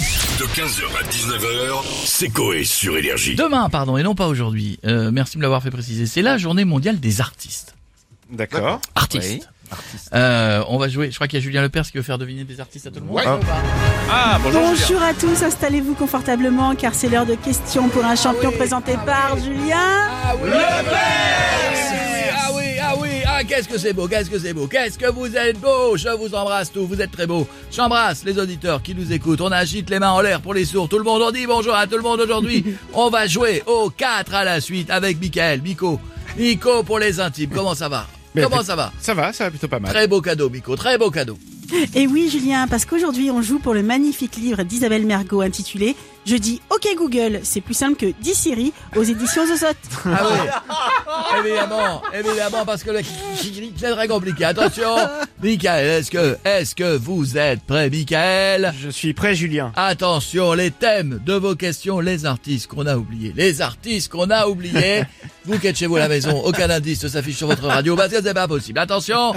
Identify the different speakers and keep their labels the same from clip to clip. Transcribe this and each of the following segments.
Speaker 1: De 15h à 19h, c'est Coé sur Énergie.
Speaker 2: Demain, pardon, et non pas aujourd'hui. Euh, merci de me l'avoir fait préciser. C'est la journée mondiale des artistes.
Speaker 3: D'accord.
Speaker 2: Artistes. Euh, on va jouer. Je crois qu'il y a Julien Lepers qui veut faire deviner des artistes à tout le monde.
Speaker 3: Ouais.
Speaker 2: ou pas
Speaker 3: Ah, bonjour. Julien.
Speaker 4: Bonjour à tous, installez-vous confortablement car c'est l'heure de questions pour un champion présenté par Julien.
Speaker 5: Ah oui, ah oui, ah qu'est-ce que c'est beau, qu'est-ce que c'est beau, qu'est-ce que vous êtes beau, je vous embrasse tous, vous êtes très beaux. J'embrasse les auditeurs qui nous écoutent, on agite les mains en l'air pour les sourds, tout le monde on dit bonjour à tout le monde aujourd'hui. on va jouer au 4 à la suite avec Michael, Bico, Nico pour les intimes, comment ça va
Speaker 3: Mais
Speaker 5: Comment
Speaker 3: après-
Speaker 5: ça va
Speaker 3: Ça va, ça va plutôt pas mal.
Speaker 5: Très beau cadeau, Bico, très beau cadeau.
Speaker 4: Et oui Julien, parce qu'aujourd'hui on joue pour le magnifique livre d'Isabelle Mergot intitulé Je dis OK Google, c'est plus simple que 10 Siri aux éditions Zozot.
Speaker 5: Ah oui Évidemment, évidemment, parce que le kikiri, c'est très compliqué. Attention Michael, est-ce que, est-ce que vous êtes prêt, Michael
Speaker 3: Je suis prêt, Julien.
Speaker 5: Attention, les thèmes de vos questions, les artistes qu'on a oubliés, les artistes qu'on a oubliés. vous qui êtes chez vous à la maison, aucun indice ne s'affiche sur votre radio parce que c'est pas possible. Attention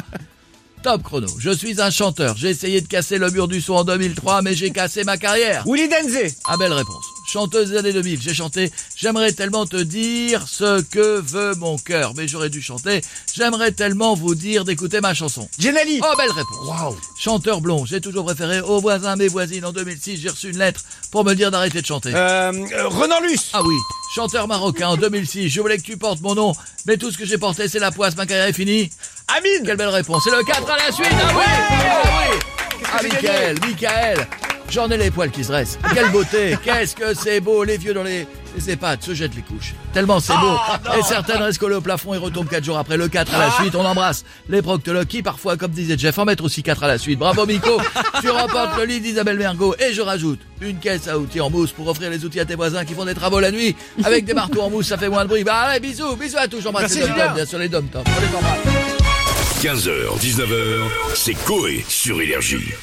Speaker 5: Top chrono, je suis un chanteur, j'ai essayé de casser le mur du son en 2003 mais j'ai cassé ma carrière.
Speaker 3: Willy Denzé.
Speaker 5: Ah belle réponse. Chanteuse des années 2000, j'ai chanté J'aimerais tellement te dire ce que veut mon cœur mais j'aurais dû chanter J'aimerais tellement vous dire d'écouter ma chanson.
Speaker 3: Genali.
Speaker 5: Oh, belle réponse. Chanteur blond, j'ai toujours préféré aux voisins, mes voisines. En 2006, j'ai reçu une lettre pour me dire d'arrêter de chanter.
Speaker 3: Euh, euh, Renan Luce.
Speaker 5: Ah oui, chanteur marocain en 2006, je voulais que tu portes mon nom, mais tout ce que j'ai porté, c'est la poisse, ma carrière est finie.
Speaker 3: Amine.
Speaker 5: Quelle belle réponse. C'est le 4 à la suite. Ah oui, ah oui. Ah,
Speaker 3: que j'ai
Speaker 5: Michael, Michael. J'en ai les poils qui se dressent. Quelle beauté. Qu'est-ce que c'est beau. Les vieux dans les, les EHPAD se jettent les couches. Tellement c'est beau.
Speaker 3: Ah,
Speaker 5: et certaines restent collées au plafond et retombent 4 jours après. Le 4 à la suite, on embrasse les proctologues qui parfois, comme disait Jeff, en mettent aussi 4 à la suite. Bravo Miko. tu remportes le lit d'Isabelle Mergot. Et je rajoute une caisse à outils en mousse pour offrir les outils à tes voisins qui font des travaux la nuit. Avec des marteaux en mousse, ça fait moins de bruit. Bah allez, bisous, bisous à tous. J'embrasse
Speaker 3: Merci,
Speaker 5: les dom-toms,
Speaker 3: Julien.
Speaker 5: bien sûr les dom-toms. On les embrasse.
Speaker 1: 15h, 19h, c'est Coé sur Énergie.